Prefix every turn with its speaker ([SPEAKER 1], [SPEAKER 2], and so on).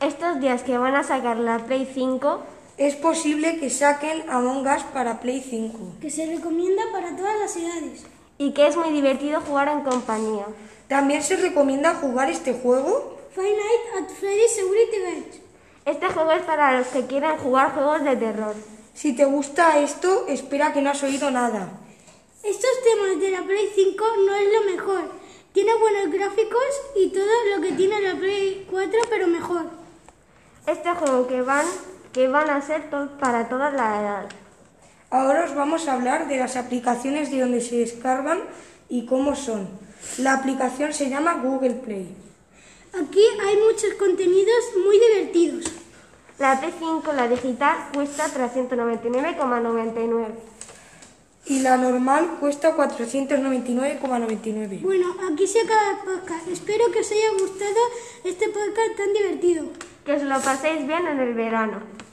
[SPEAKER 1] Estos días que van a sacar la Play 5,
[SPEAKER 2] Es posible que saquen Among Us para Play 5.
[SPEAKER 3] que se recomienda para todas las edades.
[SPEAKER 1] y que es muy divertido jugar en compañía.
[SPEAKER 2] También se recomienda jugar este juego.
[SPEAKER 3] Five Nights at Freddy's Security Guards.
[SPEAKER 1] Este juego es para los que quieran jugar juegos de terror.
[SPEAKER 2] Si te gusta esto, espera que no has oído nada.
[SPEAKER 3] Estos temas de la Play 5 no es lo mejor. Tiene buenos gráficos y todo lo que tiene la Play 4, pero mejor.
[SPEAKER 1] Este juego que van, que van a ser to- para toda la edad.
[SPEAKER 2] Ahora os vamos a hablar de las aplicaciones de donde se descargan y cómo son. La aplicación se llama Google Play.
[SPEAKER 3] Aquí hay muchos contenidos muy divertidos.
[SPEAKER 1] La Play 5, la digital, cuesta 399,99.
[SPEAKER 2] Y la normal cuesta 499,99.
[SPEAKER 3] Bueno, aquí se acaba el podcast. Espero que os haya gustado este podcast tan divertido.
[SPEAKER 1] Que os lo paséis bien en el verano.